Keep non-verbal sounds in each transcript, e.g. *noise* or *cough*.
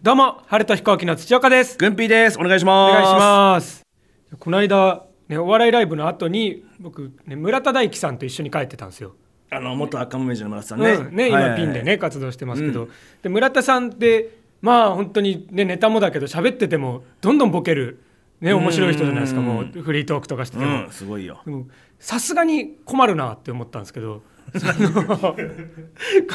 どうも、晴れた飛行機の土岡です。グンピーです。お願いしまおす。願いします。この間、ね、お笑いライブの後に、僕、ね、村田大樹さんと一緒に帰ってたんですよ。す。あの元赤もみじの村田さんね。うんね、今ピンでね、活動してますけど、で村田さんってまあ本当にねネタもだけど喋っててもどんどんボケるね面白い人じゃないですかうんもうフリートークとかしててはいはい。もうん、すご *laughs* いよ。でもさすがに困るなって思ったんですけどそ *laughs* の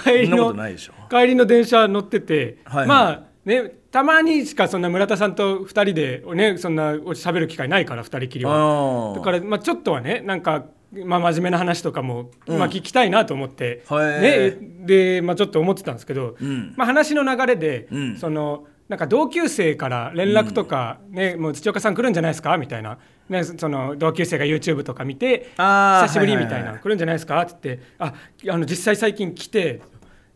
帰りそんなのことないでしょ帰りの電車乗ってて、はいはいまあねたまにしかそんな村田さんと2人でねそんなお喋る機会ないから2人きりは。あだあ。から、まあ、ちょっとはねなんか、まあ、真面目な話とかも、まあ、聞きたいなと思って、へね、で、まあ、ちょっと思ってたんですけど、うんまあ、話の流れで、うんそのなんか同級生から連絡とか、ねもう土岡さん来るんじゃないですかみたいな、ね、その同級生が YouTube とか見てあー久しぶりはいみはいたはいいな、来るんじゃないですかって言ってああの実際最近来て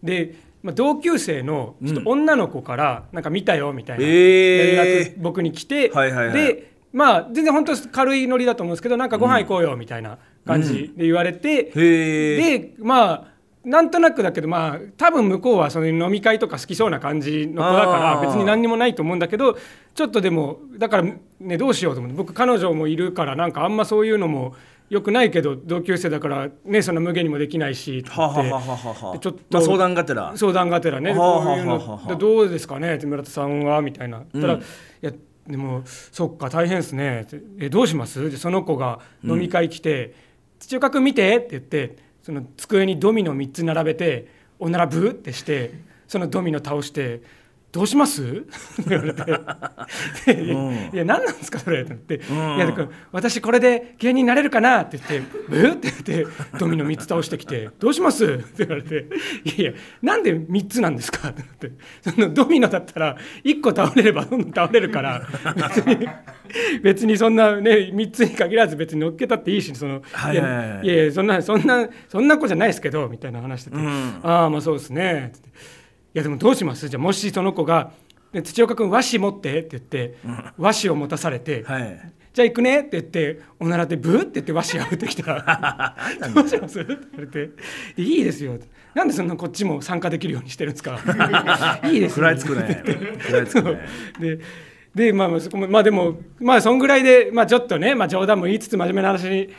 で、まあ、同級生のちょっと女の子からなんか見たよみたいなえ連絡ー僕に来て、はいはいはいでまあ全然本当軽いノリだと思うんですけどなんかご飯行こうよみたいな感じで言われて、へえ。でまあなんとなくだけどまあ多分向こうはその飲み会とか好きそうな感じの子だからあー別に何にもないと思うんだけどちょっとでもだからねどうしようと思って僕彼女もいるからなんかあんまそういうのも良くないけど同級生だからねそんな無限にもできないしとはあ思っはあてはあはあはあ。でちょっとまあ相談がてら。相談がてらね、はあはあこういうはあはのあでどうですかねって村田さんはみたいな、言ったらういんやでもそっか大変ですねってえどうしますでその子が飲み会来て「土岡君見て!」って言ってその机にドミノ3つ並べて「お並ぶ?」ってしてそのドミノ倒して「どうします?」って言わ *laughs* れて「でいやうんいや何なんですかそれ」って言って「んいやだから私これで芸人になれるかな?」って言って「ブーって言ってドミノ3つ倒してきて「どうします?」って言われて「いやいやなんで3つなんですか?」って言ってそのドミノだったら1個倒れればどんどん倒れるから別に別にそんなね3つに限らず別に乗っけたっていいしそのはいいはいはいやいやいやそんなそんなそんな子じゃないですけどみたいな話してて「うんああまあそうですね」って言っていやでもどうしますじゃあもしその子が「で土岡君和紙持って」って言って和紙を持たされて「はい。じゃあ行くね」って言っておならでブーって言って和紙が降ってき *laughs* たら「どうします?」って言われて「いいですよ」なんでそんなこっちも参加できるようにしてるんです *laughs* かいいです食よらいつ *laughs* くね。食らいつくね。ででまあまあそこもまあでもまあそんぐらいでまあちょっとねまあ冗談も言いつつ真面目な話に、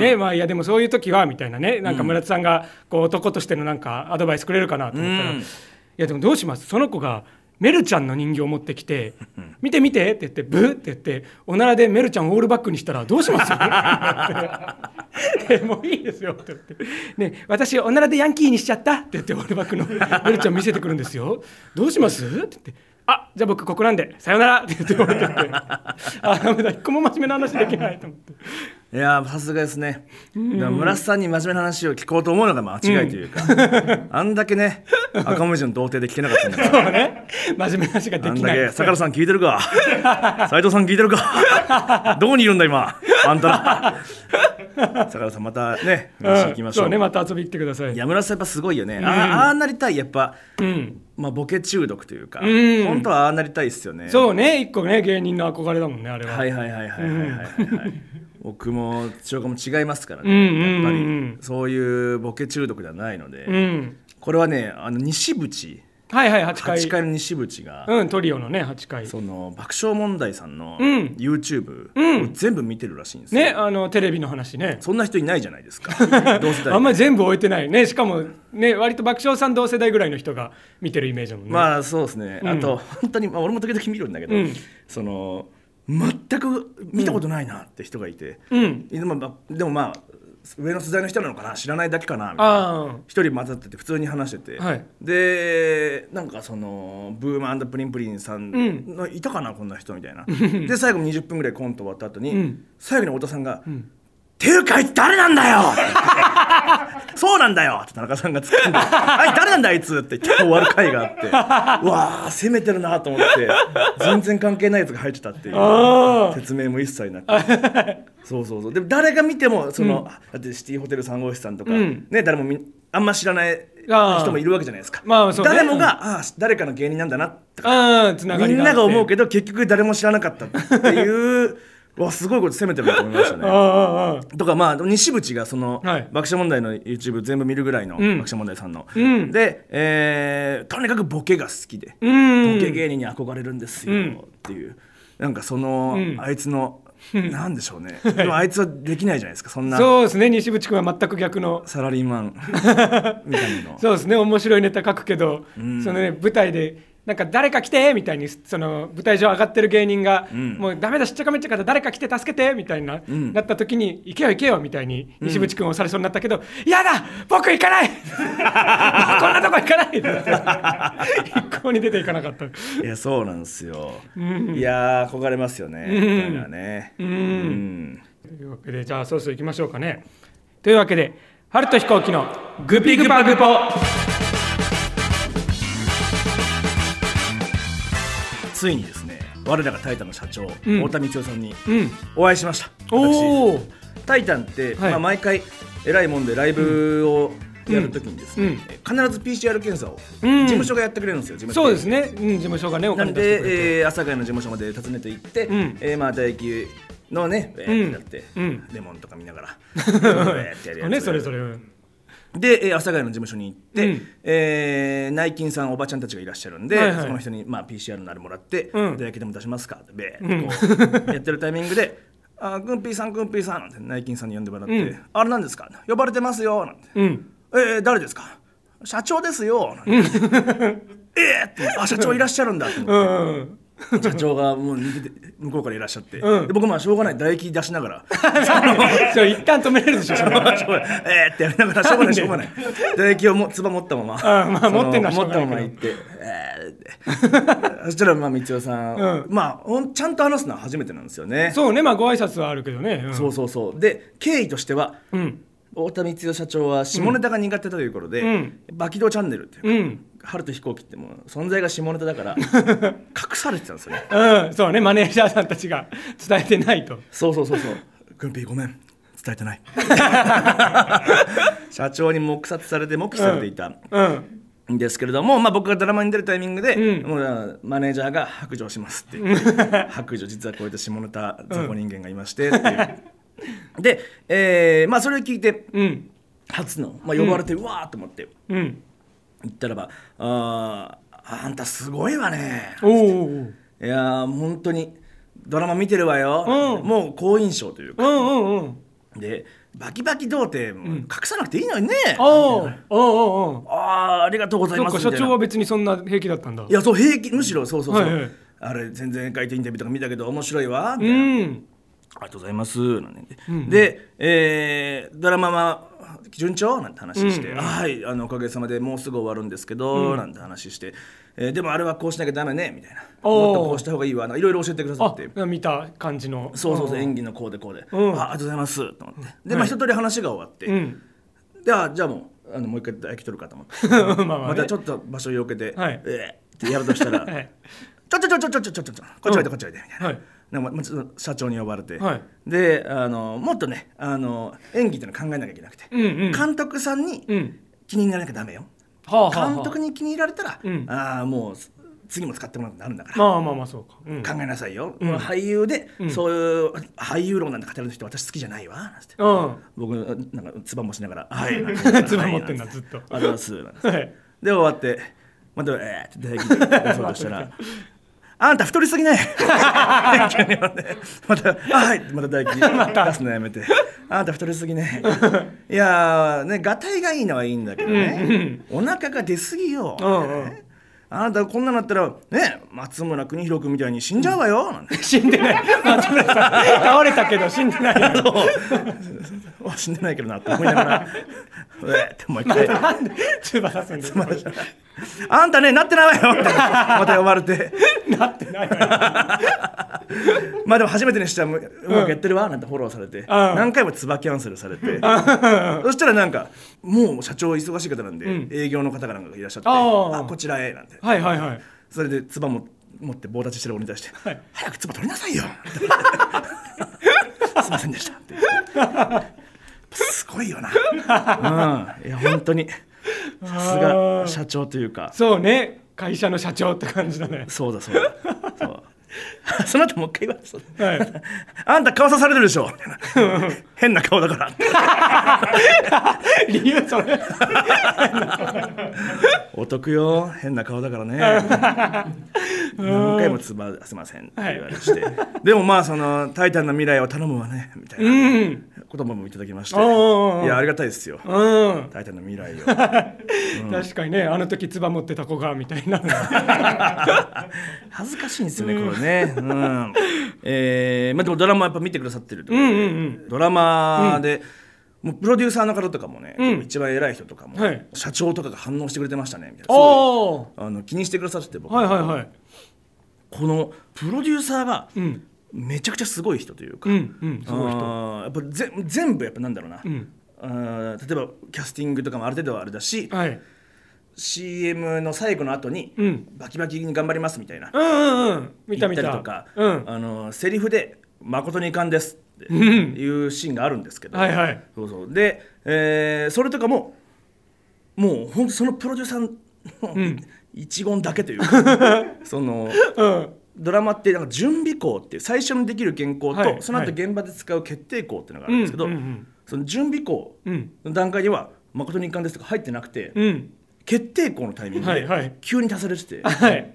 ねまあいやでもそういう時はみたいなねなんか村田さんがこう男としてのなんかアドバイスくれるかなと思ったら、うんいやでもどうしますその子がメルちゃんの人形を持ってきて「見て見て」って言って「ブー」って言っておならでメルちゃんをオールバックにしたらどうしますでもういいですよって言って、ね、私、おならでヤンキーにしちゃったって言って、オールバックのベルちゃん見せてくるんですよ。どうしますって言って、あじゃあ僕、ここなんで、さよならって言って終わってって、あダメだ、一個も真面目な話できないと思って。いやーさすがですね。だから村田さんに真面目な話を聞こうと思うのがまあ間違いというか。あんだけね赤もみじの童貞で聞けなかったんだから。そうね、真面目な話がでなんきだない。け坂田さん聞いて *laughs* るか斉藤さん聞いてるかどこにいるんだ今あんたら坂田さんまたね話行きうまん、しょ,、そううね、また遊びに来てください。や村瀬やっぱすごいよね、あああなりたいやっぱ、うん、まあ、ボケ中毒というか、うん本当はああなりたいっすよねそうね、一個ね、芸人の憧れだもんね、あれは。はいはいはいはいはいはいはい、僕も中華も違いますからね、うんうんうんうんやっぱりそういうボケ中毒ではないので、うん、これはねあの西淵はいはい、8回。 8階の西淵が、うん、トリオのね、8回。その爆笑問題さんのん YouTube を全部見てるらしいんですよ、ね、あのテレビの話ね。そんな人いないじゃないで *laughs* すか同世代あんまり全部置いてないねしかもね割と爆笑さん同世代ぐらいの人が見てるイメージだもんね、まあそうですね、うんあと本当に、まあ、俺も時々見るんだけど、うんその全く見たことないなって人がいて、うんでもまあでもまあ上の世代の人なのかな知らないだけかなみたいなあ一人混ざってて普通に話してて、はいでなんかそのブーマンプリンプリンさんの、いたかなこんな人みたいなで最後に20分ぐらいコント終わった後に、うん最後に太田さんが「っていうかあいつ誰なんだよ! 」そうなんだよって田中さんが突 *laughs* っ込んで「あいつ誰なんだあいつ!」って言って終わる回があってうわあ攻めてるなと思って全然関係ないやつが入ってたっていうあー説明も一切なくそうそうそうでも誰が見てもその、だってシティホテル3号室さんとか、うんね誰もみあんま知らないあー人もいるわけじゃないですか、まあそうね誰もが、ああ誰かの芸人なんだなとああつなかがみりんがあって *laughs* なが思うけど結局誰も知らなかったっていうわすごいこと攻めてるなと思いましあたあね。ああああとかまあ西渕がそのはい爆笑問題の YouTube 全部見るぐらいのん爆笑問題さんの、うんで、えーとにかくボケが好きで、うんボケ芸人に憧れるんですようんっていう、なんかその、うんあいつのなんでしょ *laughs* うね、でもあいつはできないじゃないですかそんなそうですね西渕君は全く逆のサラリー *laughs* マンみたいなのそうですね面白いネタ書くけど、そのね舞台でなんか誰か来てみたいにその舞台上上がってる芸人が、んもうダメだしっちゃかめっちゃかだ誰か来て助けてみたいな、んなった時に行けよ行けよみたいに西渕君押されそうになったけど、やだ僕行かない *laughs* もうこんなとこ行かないって言って一向に出ていかなかったいやそうなんですよ、んいやー憧れますよんね、こういうのはね、うんんというわけでじゃあそろそろ行きましょうかねというわけで春と飛行機のグピグパグポついにですね我らがタイタンの社長、ん太田光代さんにうんお会いしましたおお私タイタンって、はいまあ、毎回えらいもんでライブをやるときにですね、うんうんえ必ず PCR 検査をうん事務所がやってくれるんですよ、事務所そうですね、うん、事務所がねおなん金出してくれてで、えー、阿佐ヶ谷の事務所まで訪ねて行って、うんえーまあ、唾液のね、えーうんだって、うんレモンとか見な *laughs* がらうんえ *laughs* ーってやるやつね、それぞれ。うんで、えー、阿佐ヶ谷の事務所に行って、うんえー内勤さんおばちゃんたちがいらっしゃるんで、はいはいその人に、まあ、PCR なるもらって「うんどら焼きでも出しますか」ってべうんーってこう *laughs* やってるタイミングで「あーグンピーさんグンピーさん」なんて内勤さんに呼んでもらって「うんあれなんですか?」呼ばれてますよ」なんてうん「えー、誰ですか?」社長ですよ」なんてえーってあ社長いらっしゃるんだって思うって。んうん *laughs* 社長がもう抜けて向こうからいらっしゃって、うんで僕もしょうがない唾液出しながらそれ一旦止めれるで *laughs* しょそれはしょうがないえーってやりながらしょうがないしょうがない唾液をもつば持ったままあまあその持ってんのはしょう持っがたなまいけまど *laughs* 行ってえーってそしたらまあ光代さん、うんまあほんちゃんと話すのは初めてなんですよねそうねまあご挨拶はあるけどね、うん、そうそうそうで経緯としてはうん太田光代社長は下ネタが苦手ということで、うんバキドーチャンネルっていうか、うん春と飛行機ってもう存在が下ネタだか *laughs* ら隠されてたんですよねうん、そうねマネージャーさんたちが伝えてないとそうそうそうそう。グンピーごめん。伝え *laughs* てない。社長に黙殺されて黙秘されていた。うんんですけれども、まあ、僕がドラマに出るタイミングで、うんもうあのマネージャーが白状しま *laughs* すって言って白状実はこういった下ネタ雑魚人間がいましてっていう、で、えーまあ、それを聞いてうん初の、まあ、呼ばれて、うわーっと思ってうん言ったらば「あーあんたすごいわね」おーいやー本当にドラマ見てるわよ、うんもう好印象というかおーうんうんうんでバキバキ童貞も隠さなくていいのにね、おーおーおーおああありがとうございそまっすかみ社たいな長は別にそんな平気だったんだいやそう平気むしろそうそうそう、はいはいあれ全然外転インタビューとか見たけど面白いわ、みうたいなんありがとうございますなんて、んで、えードラマは順調なんて話して、うんはいあのおかげさまでもうすぐ終わるんですけど、なんて話して、えーでもあれはこうしなきゃダメねみたいなおーもっとこうした方がいいわなんかいろいろ教えてくださあって見た感じのそうそうそううん演技のこうでこうで、うんあありがとうございますと思ってで、まあ、一通り話が終わって、うんであじゃあもうあのもう一回唾液取るかと思っま *laughs* あてまあねまたちょっと場所よけて、はいえーってやるとしたら、はいちょちょちょちょちょちょちょちょこっちおいでこっちおいでみたいな、はいでもまちょっと社長に呼ばれて、はいであのもっとねあの演技っていうのは考えなきゃいけなくて、うんうん監督さんにうん気にならなきゃダメよ、はあはあはあ監督に気に入られたら、うんああもう次も使ってもらうってなるんだから、まあまあまあそうかうん考えなさいよ、ん俳優で、んそういう俳優論なんて語る人私好きじゃないわなんつってうん僕なんかつばもしながら「はい」 *laughs* つば持ってんだずっとありますなんつってはいで終わってまた「えー」って唾液出そうとしたら *laughs* 「あんた太りすぎね」 *laughs* 急に呼んでまた「あはい」 *laughs* また唾液出すのやめて「あんた太りすぎね」いやーねがたいがいいのはいいんだけどねお腹が出すぎようんうんあなたこんなのなったらね松村邦洋君みたいに死んじゃうわよなんて *laughs* *laughs* 死んでない松村さん倒れたけど死んでないよあ死んでないけどなって思いながら「うえ」ってもう一回。なんでつば出すんですかあんたねなってないわよって *laughs* また呼ばれて *laughs* なってないわよ *laughs* まあでも初めてにしてはううまくやってるわなんてフォローされて、何回もつばキャンセルされて、 *laughs* そしたらなんかもう社長忙しい方なんで、営業の方がなんかがいらっしゃって「あーあこちらへ」なんてはいはいはいそれでつばも持って棒立ちしてる俺に対して「早くつば取りなさ *laughs* いよ」すいませんでした」って言ってすごいよな、うん、いや本当にさすが社長というかそうね会社の社長って感じだねそうだそうだそうその後もう一 *laughs* 回言われそうはいあんた顔刺されてるでしょみ *laughs* たいな変な顔だから *laughs* 理由それお得よ変な顔だから *laughs* ね何回もつばすいませんって言われして、でもまあその「タイタンの未来を頼むわね」みたいなうん言葉もいただきまして、おうおうおういやありがたいですようん「タイタンの未来を」確かにねあの時唾持ってた子がみたい *laughs* な恥ずかしいんですよね、これね、うん *laughs* えーまあ、でもドラマやっぱ見てくださってるとうんうんうんドラマで、もうプロデューサーの方とかもね、うん一番偉い人とかも、はい社長とかが反応してくれてましたねみたいなすごいおおあの気にしてくださってて僕、はいはいはいこのプロデューサーがうんめちゃくちゃすごい人というか、うんうんすごい人あーやっぱぜ全部やっぱなんだろうな、うんあー例えばキャスティングとかもある程度はあれだし、はい CM の最後の後に、うんバキバキに頑張りますみたいな、うんうんうん見た見た言ったりとか、うんあのセリフで「誠に遺憾です」ってんいうシーンがあるんですけど、はいはいそうそうで、えーそれとかももう本当そのプロデューサーの、一言だけという *laughs* かそのうんドラマってなんか準備校っていう最初にできる原稿と、はいそのは後い現場で使う決定校っていうのがあるんですけど、うんうんうんその準備校うんの段階では「誠に遺憾です」とか入ってなくて、うん決定校のタイミングはいではい急に足されてて。はい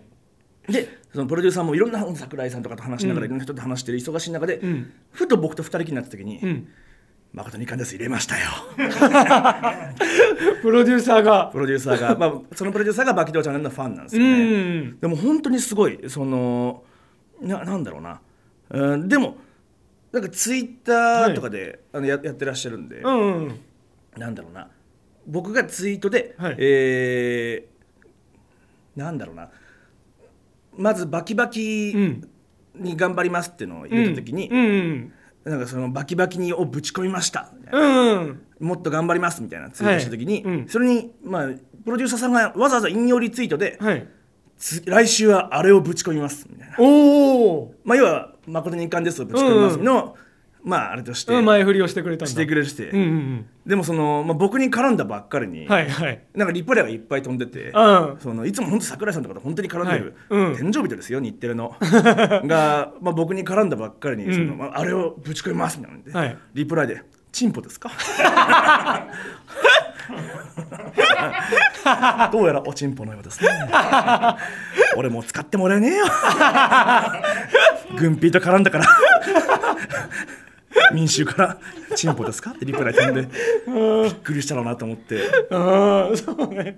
でそのプロデューサーもいろんな桜井さんとかと話しながら、いろんな人と話してる忙しい中で、んふと僕と二人きりになった時に「うん *laughs* 誠にです入れましたよ」プロデューサーがプロデューサ *laughs* ーが、まあ、そのプロデューサーがバキドーチャンネルのファンなんですうよね、んでも本当にすごいそのななんだろうな、うん、でもなんかツイッターとかで、あのややってらっしゃるんで、うんうんなんだろうな僕がツイートで、はいえーなんだろうなまずバキバキうんに頑張りますっていうのを言った時に、うんうんなんかそのバキバキにをぶち込みましたみたいなうんうんもっと頑張りますみたいなツイートした時に、はいうんそれに、まあ、プロデューサーさんがわざわざ引用リツイートで、 *laughs* はいつ来週はあれをぶち込みますみたいな、おおまあ、要は誠に一貫ですをぶち込みますの、まああれとして、うん前振りをしてくれたんだしてくれてて、うんうんでもその、まあ、僕に絡んだばっかりうに、んはいはいなんかリプライがいっぱい飛んでて、うんそのいつも本当桜井さんとかと本当に絡んでる、はいうん天井人ですよ日テレ *laughs* のが、まあ、僕に絡んだばっかりに、そのまあ、あれをぶち込みますみたいなんで、はいリプライで「チンポですか? 」どうやらおチンポのようですね俺もう使ってもらえねえよ軍ピーと絡んだから民衆から「チンポですか?」ってリプライ飛んでびっくりしたろうなと思って。ああそうね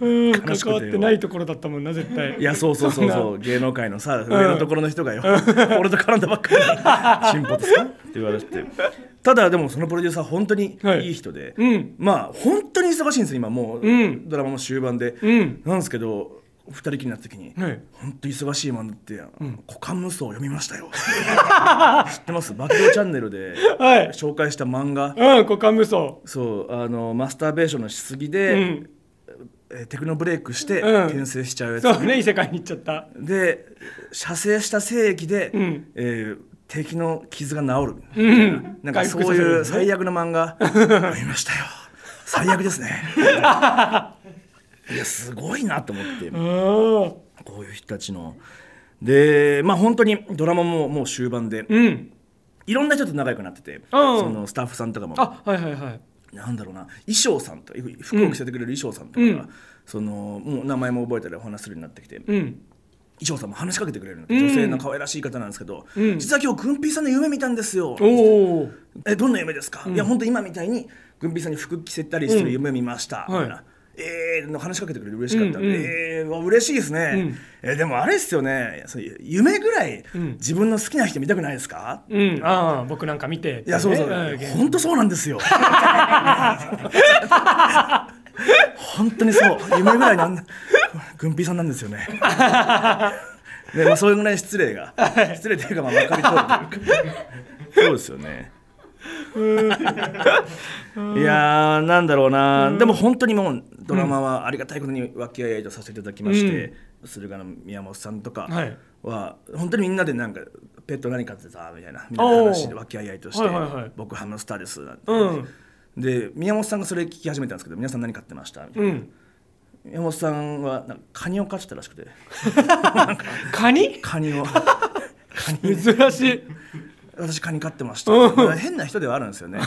うん悲しくて関よわってないところだったもんな絶対いやそうそうそうそう芸能界のさ上のところの人がよ、俺と絡んだば *laughs* っかりに「進歩ですか?」って言われてただでもそのプロデューサー本当にはいいい人で、うんまあ本当に忙しいんですよ今もう、うんドラマも終盤で、うんなんですけど二人きりになった時に、はい本当忙しいもんだって「股間無双」を読みましたよ *laughs* 知ってます爆笑チャンネルではい紹介した漫画うん股間無双そうあのマスターベーションのしすぎで、うんえーテクノブレイクしてうん転生しちゃうやつ、そうね異世界に行っちゃったで射精した精液で、うんえー敵の傷が治る、うんなんかそ回復うさせるんいうですね最悪の *laughs* 漫画ありましたよ最悪ですねいやすごいなと思ってああこういう人たちのでまあ本当にドラマももう終盤で、うんいろんな人と仲良くなってて、そのスタッフさんとかもあはいはいはいなんだろうな衣装さんと服を着せてくれる衣装さんとかが、うんそのもう名前も覚えたりお話するようになってきて、うん衣装さんも話しかけてくれるの、うん女性の可愛らしい方なんですけど、うん実は今日グンピーさんの夢見たんですよ、おおえどんな夢ですか、いや本当今みたいにグンピーさんに服着せたりする夢見ました、うんみたいなはいえー、の話しかけてくれて嬉しかったんで、うんうんえーわ嬉しいですね、えーでもあれですよねそういう夢ぐらいうん自分の好きな人見たくないですか、うんああ僕なんか見ていやそうそう、ねん本当そうなんですよ本当にそう夢ぐらいなん軍備さんなんですよねでまあそれぐらい失礼が失礼というかまあ分かり通るというかそうですよねいやーなんだろうなでも本当にもうドラマはありがたいことに和気あいあいとさせていただきまして、駿河の宮本さんとかはいは本当にみんなでなんかペット何飼ってたみたいなみんなで話しておー和気あいあいとして、はいはいはい僕ハムスターですなんて、うんで宮本さんがそれ聞き始めたんですけど皆さん何買ってましたみたいな、うん山本さんはなんかカニを飼ってたら *laughs* しくてカニカ *laughs* ニをカニ珍しい私カニ飼ってました、まあ変な人ではあるんです *laughs* よね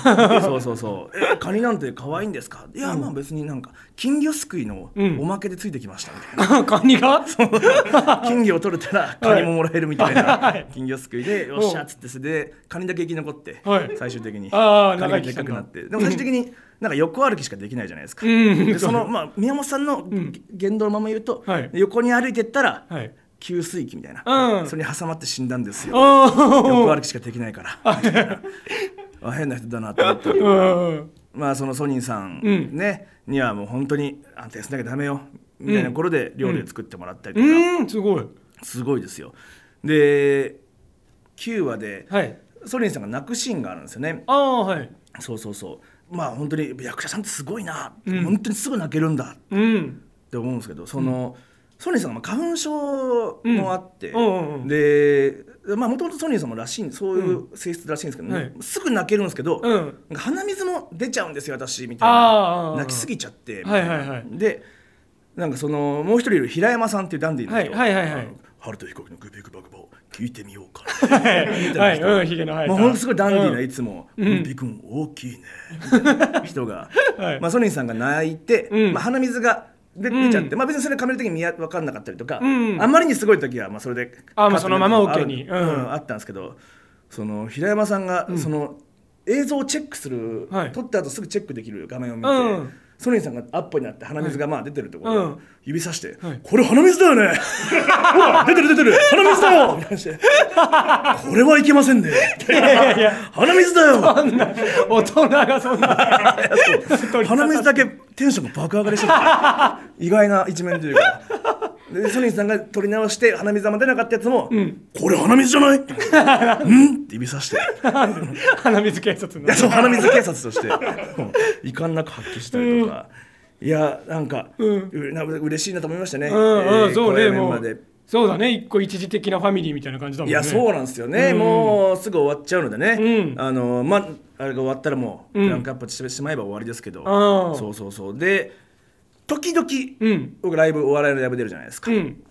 そうそうそう「えカニなんて可愛いんですか?」いやまあ別になんか金魚すくいのうんおまけでついてきましたみたいな。あカニが *laughs* 金魚を取れたらカニももらえるみたいな金魚すくいでよっしゃうっんつってそれでカニだけ生き残ってはい最終的にあーカニ長が生きでしたかんだくなってでも最終的になんか横歩きしかできないじゃないですかうんでそのまあ宮本さんのん言動のまま言うとはい横に歩いてったらはい給水器みたいうんなそれに挟まって死んだんですよ横あ歩きしかできないからみたいな *laughs* あ変な人だなと思って *laughs* あうんまあそのソニンさんうんねにはもう本当に安定しなきゃダメよみたいなところで料理を作ってもらったりとかうんすごいすごいですよで9話で、はいソ連さんが泣くシーンがあるんですよねああはいそうそうそうまあ本当に役者さんってすごいな、うん本当にすぐ泣けるんだうんって思うんですけどその、ソニーさんが花粉症もあって、うんうんうんうんでまあもともとソニーさんもらしいそういう性質らしいんですけどね、はいすぐ泣けるんですけど、うんなんか鼻水も出ちゃうんですよ私みたいあーあなー泣きすぎちゃってみたいな、はいはいはいでなんかそのもう一人いる平山さんっていうダンディーの人、はいはいはいはいあの春と飛行機のグビグバグバを聞いてみようかみはたいいな人うんヒゲの生えたもうほんとすごいダンディーな、うんいつも「うんうんびくん大きい *laughs* ね」みたいな人が、はい *laughs* まあ、ソニーさんが泣いて、うんまあ、鼻水が出うん出ちゃって、まあ、別にそれカメラ的に見分かんなかったりとか、うんあんまりにすごい時はまあそれであまあそのまま OK にあるうんうんあったんですけどその平山さんがその映像をチェックする、はい撮った後すぐチェックできる画面を見て、うんソニーさんがアップになって鼻水がまあ出てるところ、うん指さして、はいこれ鼻水だ *laughs* よねうわ出てる出てる鼻水だよ!」みたいなして「これはいけませんね」いやいや鼻水だよそんな大人がそんな鳥鼻水だけテンションが爆上がりし *laughs* てた意外な一面というかでソニーさんが取り直して鼻水あんま出なかったやつも「これ鼻水じゃない? 」うんって指さして鼻水警察のいやそう鼻水警察としてうん遺憾なく発揮したりとか、いやなんか、ううんれな嬉しいなと思いましたね、うんうえーんそうこいねメンもバーでうそうだね一個一時的なファミリーみたいな感じだもんいねやそうなんですよね、もうすぐ終わっちゃうのでね、うんあのまあれが終わったらもううんランクアップしてしまえば終わりですけど、あーそうそうそうで時々、うん僕ライブお笑いのライブ出るじゃないですか、うん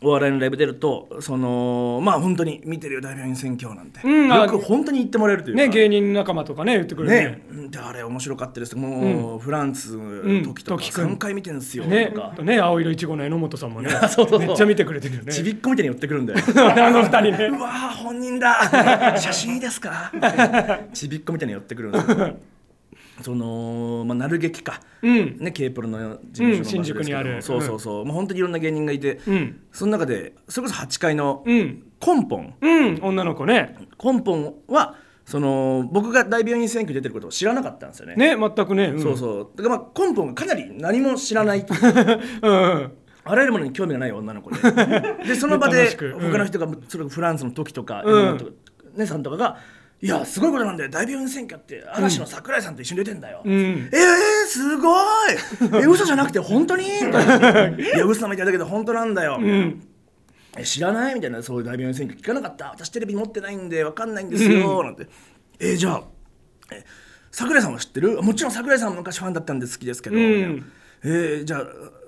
お笑いのライブ出るとそのまあ本当に見てるよ大病院選挙なんて、うんあよく本当に言ってもらえるというかね芸人仲間とかね言ってくれるねねであれ面白かったですもう、フランスん時とか時くん3回見てるんですよ、ねとか、とね青色いちごの榎本さんもね *laughs* そうそうそうめっちゃ見てくれてるよねちびっこみたいに寄ってくるんだよ *laughs* あの二人うねわー本人だ写真いいですかみたいなちびっこみたいに寄ってくるんですけどその、まあ、なる劇か、うんね、K プロの事務所の場所ですけどもうん新宿にあるそうそうそう、まあ、本当にいろんな芸人がいて、うんその中でそれこそ8階のうんコンポン、うん女の子ねコンポンはその僕が大病院選挙出てることを知らなかったんですよねね全くねうんそうそうだからまあコンポンがかなり何も知らないという *laughs* うんうんあらゆるものに興味がない女の子 *laughs* ででその場楽でしくうん他の人が、それこそフランスの時とか、うん姉さんとかが「いやすごいことなんだよ大病院選挙って嵐の桜井さんと一緒に出てんだよ」うんえー、すごいえ嘘じゃなくて *laughs* 本当に?」みたいな「いや嘘みたいだけど本当なんだよ」みたいなえ知らない?」みたいな「そういう大病院選挙聞かなかった私テレビ持ってないんで分かんないんですよ」なんて「えー、じゃあえ桜井さんは知ってるもちろん桜井さんは昔ファンだったんで好きですけど」うんみたいなえー、じゃあ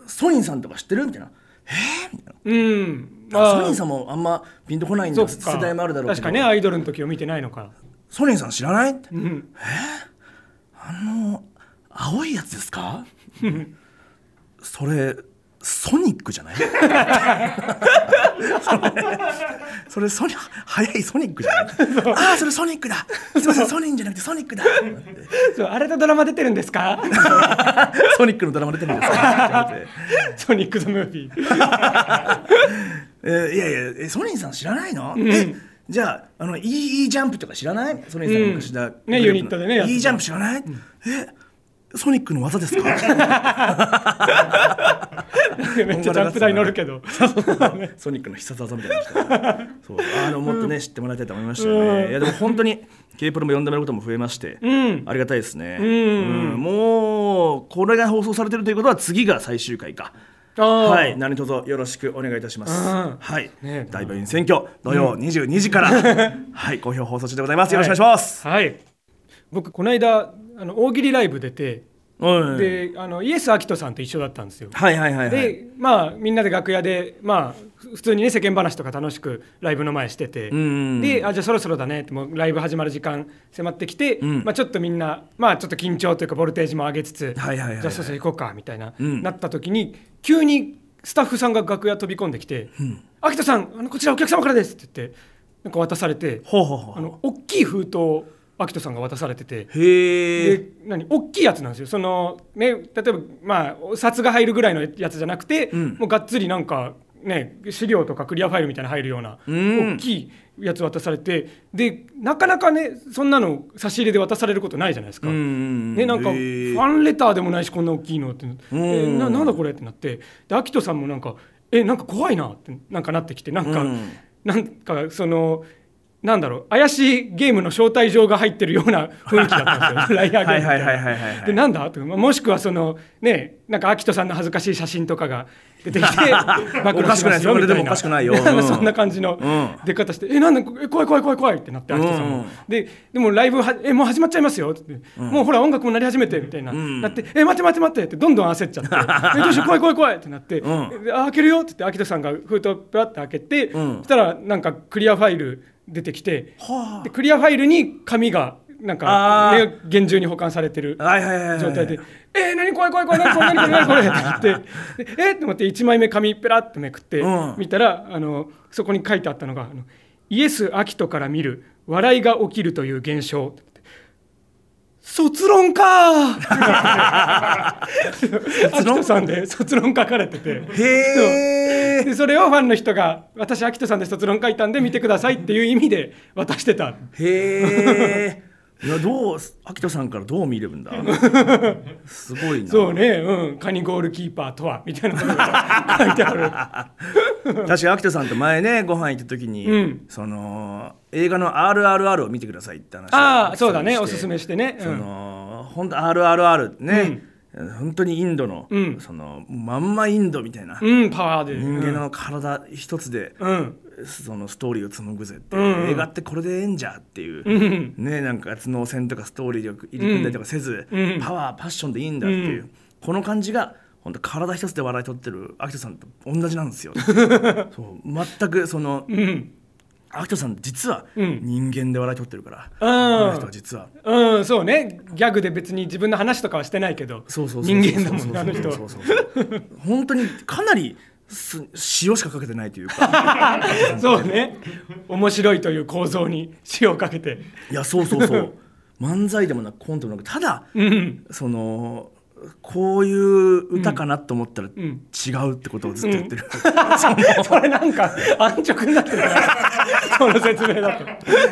ソニンさんとか知ってる?」みたいな「えー?」みたいうんなソニンさんもあんまピンとこないんそだっか世代もあるだろうけ確かどねアイドルの時を見てないのかソニンさん知らない?」ってうんあの青いやつですかそれソニックじゃないそれそれソニ早いソニックじゃないああそれソニックだすいませんソニンじゃなくてソニックだ *laughs* そうあれとドラマ出てるんですか *laughs* ソニックのドラマ出てるんですかって言われてソニック・ザ・ムービーえーいやいやえソニンさん知らないの、えじゃああの EE ジャンプとか知らないソニンさんが昔だ、うんねユニットでねやってた EE ジャンプ知らない、えソニックの技です *laughs* かめっちゃジャンプ台乗るけ *laughs* どソニックの必殺技みたいな人がそうあのもっとね、知ってもらいたいと思いましたよね、うんいやでも本当に K プロも呼んでもらうことも増えまして、うんありがたいですね、んうもうこれが放送されてるということは次が最終回かああはい、何卒よろしくお願いいたします。うんはい、ねえ大病院選挙土曜22 *laughs* 時から、はい、好評放送中でございます。よろしくお願いします。はい僕この間あの大喜利ライブ出てうんであのイエス・アキトさんと一緒だったんですよ。はいはいはいはいでまあみんなで楽屋でまあふ普通にね世間話とか楽しくライブの前してて、うんであじゃあそろそろだねってもうライブ始まる時間迫ってきて、んまあ、ちょっとみんなまあちょっと緊張というかボルテージも上げつつ、はいはいはいはいじゃあそろそろ行こうかみたいな、うんなった時に急にスタッフさんが楽屋飛び込んできて「秋、田、さんあのこちらお客様からです」って言ってなんか渡されてほうほうほあうの大きい封筒を秋田さんが渡されてて。へえで何大きいやつなんですよその、ね、例えば、まあ、お札が入るぐらいのやつじゃなくて、んもうがっつりなんか、ね、資料とかクリアファイルみたいなの入るような、うん大きいやつ渡されてでなかなかねそんなの差し入れで渡されることないじゃないですか。ね、なんかファンレターでもないしこんな大きいのって、えーななんだこれってなってで秋人さんもなんかえなんか怖いなってなんかなってきてなんか、うんなんかそのなんだろう怪しいゲームの招待状が入ってるよ *laughs* うな雰囲気だったんですよライアーゲームみたいなはいはいはいはいはいはいでなんだとかまあもしくはそのねなんか秋人さんの恥ずかしい写真とかが出 *laughs* てきて暴露しますよおかしくないそれでもおかしくないようん *laughs* そんな感じのうん出方して「えなんだえ怖い怖い怖い怖い」ってなって秋人さんも、うんででもライブはえもう始まっちゃいますよって言って、もうほら音楽も鳴り始めてみたいな、んなってえ待って待って待ってってどんどん焦っちゃ *laughs* ってえどうしよう怖い怖い怖いってなって、うんであ開けるよって言って秋田さんが封筒ペラって開けて、んそしたらなんかクリアファイル出てきて、はあでクリアファイルに紙がなんか、あーね、厳重に保管されてるはいはいはいはい状態で「えー、何怖い怖い怖い何これ何これ何これ」って言ってで「えっ?」と思って1枚目紙ペラッとめくってうん見たらあのそこに書いてあったのがあの「イエス・アキトから見る笑いが起きるという現象」卒論か卒卒 *laughs* 論論さんで卒論書かれててへえ *laughs* でそれをファンの人が「私アキトさんで卒論書いたんで見てください」っていう意味で渡してたへえいやどう秋田さんからどう見れるん *laughs* だすごいなそうねうんカニゴールキーパーとはみたいなことが書いてある確か秋田さんと前ねご飯行った時に、うんその映画の「RRR」を見てくださいって話をああ *laughs* そうだねしておすすめしてね、うんその本当 RRR ってね、本当にインドの、うんそのまんまインドみたいな、うん、パワーで。人間の体一つで、うん。そのストーリーを紡ぐぜって、うん映画ってこれでええんじゃっていう、うんねなんか頭脳戦とかストーリー力入り組んだりとかせず、うんパワーパッションでいいんだっていう、うこの感じが本当体一つで笑い取ってる秋田さんと同じなんです *laughs* よそう全くそのうん。秋田さん実はうん人間で笑い取ってるから、うんこの人は実は。うん、そうね。ギャグで別に自分の話とかはしてないけど、そうそうそう人間だもんね、あの人そうは。そうそう本当にかなりす塩しかかけてないという *laughs* かそうね。面白いという構造に塩をかけて。いやそうそうそう漫才でもなくコントでもなくただうん。そのこういう歌かなと思ったら違んうってことをずっと言ってる、それなんか安直になってるなその説明だと。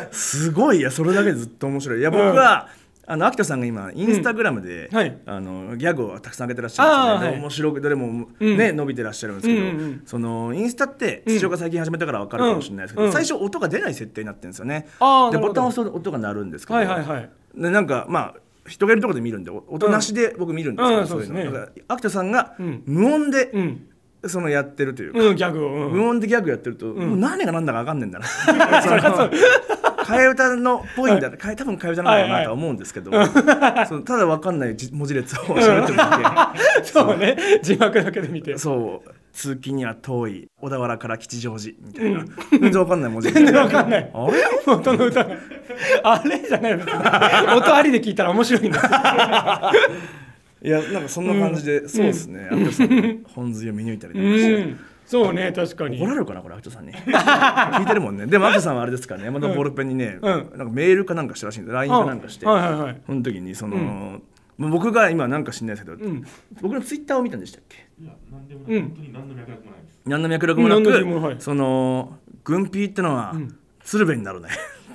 すごいいやそれだけでずっと面白いいや僕は、あの秋田さんが今インスタグラムで、うんはいあのギャグをたくさん上げてらっしゃるんですよね、あーはい面白くどれも、うんね伸びてらっしゃるんですけど、うんうんうんそのインスタって土岡最近始めたから分かるかもしれないですけど、うん最初音が出ない設定になってるんですよね、あーでなるほどボタンを押すと音が鳴るんですけど、はいはいはい。でなんかまあ人がいるところで見るんでお音なしで僕見るんですけど、うんそういううの、んそうですだから秋田さんがうん無音で、うん。そのやってるというかうん、ギャグを。うん無音でギャグやってると、もう何が何だか分かんねえんだな *laughs* その替え歌のっぽいんだな、替え多分替え歌なんだろうなとは思うんですけど、そのただ分かんないじ文字列を喋ってるだそうね。字幕だけで見てけ。そう通勤には遠い小田原から吉祥寺みたいな、全然分かんない文字全然わかんない。あれ元の歌が。あれじゃない別に音ありで聞いたら面白いんだ。いやなんかそんな感じで、そうですね秋田さん本髄を見抜いたりとかして。うん。そうね、確かに怒。られるかなこれ秋田さんに聞いてるもんねでも秋田さんはあれですからねまたボールペンにうね、んなんかメールかなんかしたらしいんで LINE かなんかして、あはいはいはいその時にその、まあ僕が今なんか知んないですけど、ん僕のツイッターを見たんでしたっけいや、なんでもなうい、ん本当に何の脈絡もないです。何の脈絡もなく、うん何の理由もないその軍艇ってのは、鶴瓶になるね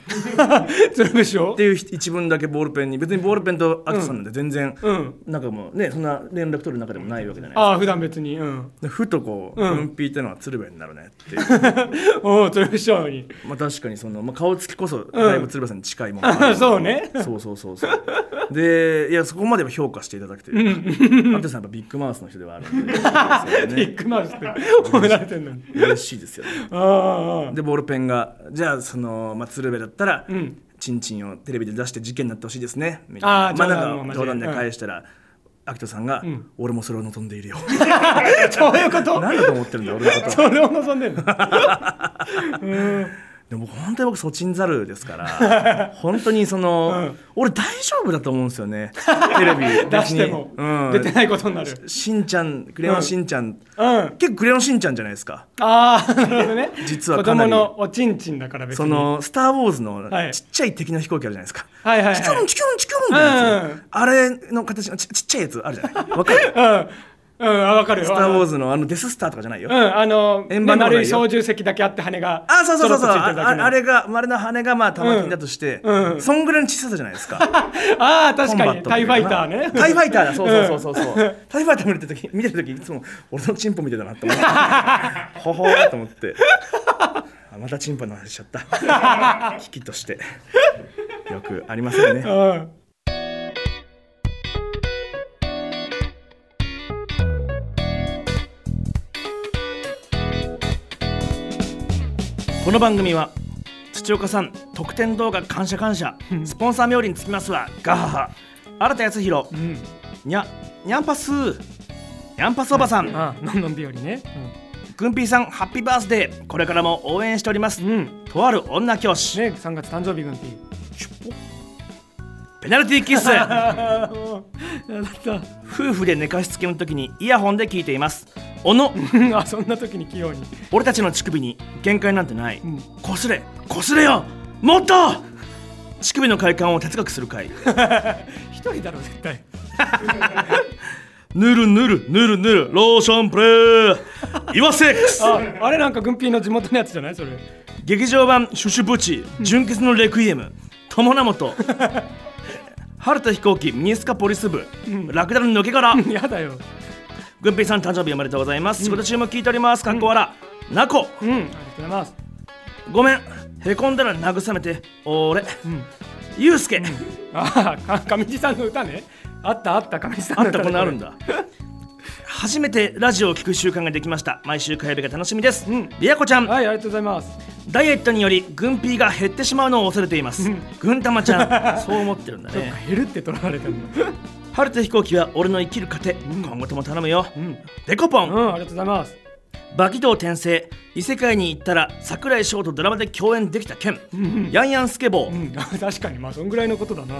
*laughs* 鶴瓶師匠っていう一文だけボールペンに別にボールペンと秋田さんなんて全然、うん。なんかもうねそんな連絡取る中でもないわけじゃないああ、普段別に。うん。でふとこう、うん軍艇ってのは鶴瓶になるねってい *laughs* うおお、鶴瓶師匠に。まあ確かにその、まあ、顔つきこそだいぶ鶴瓶さんに近いもん、あ *laughs* そうねそうそうそうそうでいやそこまでは評価していただくというか秋田さんやっぱビッグマウスの人ではあるんでそう *laughs* ビねッグマウスって褒められてんのに。嬉しいですよ、ね、ああああ。 *laughs* でボールペンがじゃあその、まあ、鶴瓶だったら、うんチンチンをテレビで出して事件になってほしいですねみたいなあーまあ冗談なんのか交え冗談で返したら、秋人さんが、ん俺もそれを望んでいるよ *laughs* そういうこと何だと思ってるんだよ俺の *laughs* ことそれを望んでるの *laughs* うんでも僕本当に僕ソチンザルですから *laughs* 本当にその、うん俺大丈夫だと思うんです *laughs* よねテレビ別に出してもうん、出てないことになるしんちゃんクレヨンしんちゃん、うん結構クレヨンしんちゃんじゃないですかああなるほどね実はかなり子供のおちんちんだから別にその「スター・ウォーズ」のはいちっちゃい敵の飛行機あるじゃないですか、はいはいはいチキュンチキュンチキュンってやつ、うんあれの形のちちっちゃいやつあるじゃないわかる *laughs* うんうんあわかるよスター・ウォーズズのあのデス・スターとかじゃないよ、うんあのね円盤の方がいいよ丸い操縦席だけあって羽があそうそうそうそうちょろっとついてるだあけのあれが丸の羽がまあ玉金だとして、うんうんそんぐらいの小ささじゃないで *laughs* すかああ確コンかバッにトタイファイターというね *laughs* かなタイファイターだそうそうそうそうそう、タイファイター見てる時見てる時いつも俺のチンポ見てたな *laughs* と思ってほほーと思ってあまたチンポの話しちゃっ *laughs* た危機としてよくありますよねうんこの番組は土岡さん特典動画感謝感謝スポンサー冥利につきますわガハハ新田康弘うんにゃにゃんぱすにゃんぱすおばさんああのんのん日和ねくんぴーさんハッピーバースデーこれからも応援しておりますうんうんとある女教師ね3月誕生日軍っていうペナルティーキッ *laughs* *laughs* スああもうやだった夫婦で寝かしつけの時にイヤホンで聞いていますおのうんあそんな時に器用に俺たちの乳首に限界なんてない、んこすれこすれよもっと乳首の快感を哲学する会一人だろ絶対ぬるぬるぬるぬるローションプレイイワセックスああれなんか軍ピーの地元のやつじゃないそれ劇場版シュシュブチ純潔のレクイエム友名本春田飛行機ミニスカポリス部、ラクダの抜け殻 *laughs* やだよグンピーさん誕生日おめでとうございます、仕事中も聞いておりますかっこわら、なこうんありがとうございますごめんへこんだら慰めて俺、んゆうすけ、ああか上地さんの歌ねあったあった上地さんあのった歌こねのある *laughs* んだ初めてラジオを聞く習慣ができました毎週火曜日が楽しみです、うんリアコちゃん、はいありがとうございますダイエットにより軍ピーが減ってしまうのを恐れています、軍玉 *laughs* ちゃんそう思ってるんだそっねか減るって取られてるんだ春田飛行機は俺の生きる糧、今後とも頼むよ、んデコポン、うんありがとうございますバキドウ転生異世界に行ったら桜井翔とドラマで共演できた件、ヤンヤンスケボー、うん *laughs* あ確かにまあそんぐらいのことだな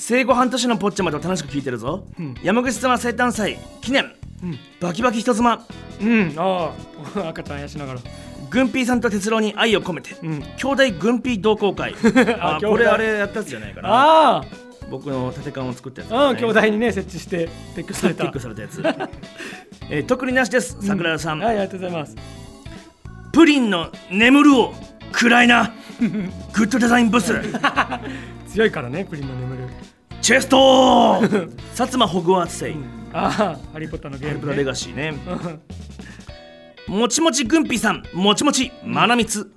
生後半年のポッチャマと楽しく聞いてるぞ、ん山口様生誕祭記念、んバキバキ人妻うんああ *laughs* 赤ちゃんやしながら軍ピーさんと哲郎に愛を込めて、うん兄弟軍ピー同好会 *laughs* ああ兄弟これあれやったやつじゃないかなあ僕の縦感を作ったやつ、あうん兄弟にね設置して撤去されキたックされたやつ、 *laughs* えー特になしです桜田さん、はいありがとうございますプリンの眠るを暗い *laughs* なグッドデザインブ *laughs* ス強いからねプリンの眠るチェスト *laughs* 薩摩ホグワーツ生、ああハリーポッターのゲハーリムプラねレガシーね。もちもち軍備さん、もちもち、まなみつ。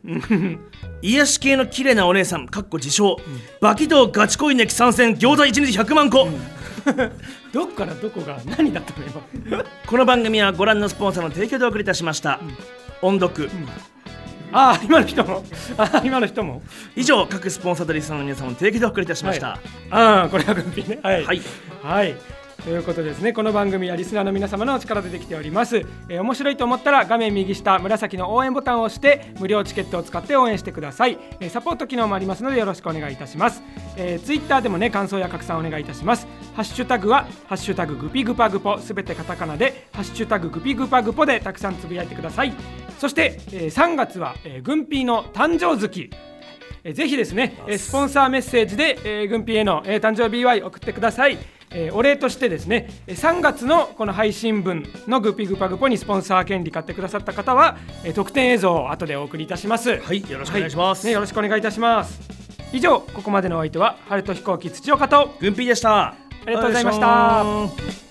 癒し系の綺麗なお姉さん、かっこ自称。バキドウガチ恋ネキ参戦、餃子1日100万個。 *laughs* どっからどこが何だったの今この番組はご覧のスポンサーの提供でお送りいたしました。音読。ああ今の人もああ今の人も以上、各スポンサーとリスナーの皆さんの提供でお送りいたしました。ああこれは軍ピねはいはいはいということですねこの番組はリスナーの皆様のお力でできております、えー面白いと思ったら画面右下紫の応援ボタンを押して無料チケットを使って応援してください、えーサポート機能もありますのでよろしくお願いいたします、えツイッター Twitter でもね感想や拡散お願いいたしますハッシュタグはハッシュタググピグパグポすべてカタカナでハッシュタググピグパグポでたくさんつぶやいてくださいそして、えー3月は、えー、軍ピーの誕生月えーぜひですね、えースポンサーメッセージで、えー、軍ピへの、えー誕生日祝い送ってください。えーお礼としてですね、えー3月のこの配信分のグピグパグポにスポンサー権利買ってくださった方は、えー特典映像を後でお送りいたします。はい、よろしくお願いします。ね、よろしくお願いいたします。以上、ここまでのお相手は、ハルト飛行機土岡と、軍備でした。ありがとうございましたりがとうございました。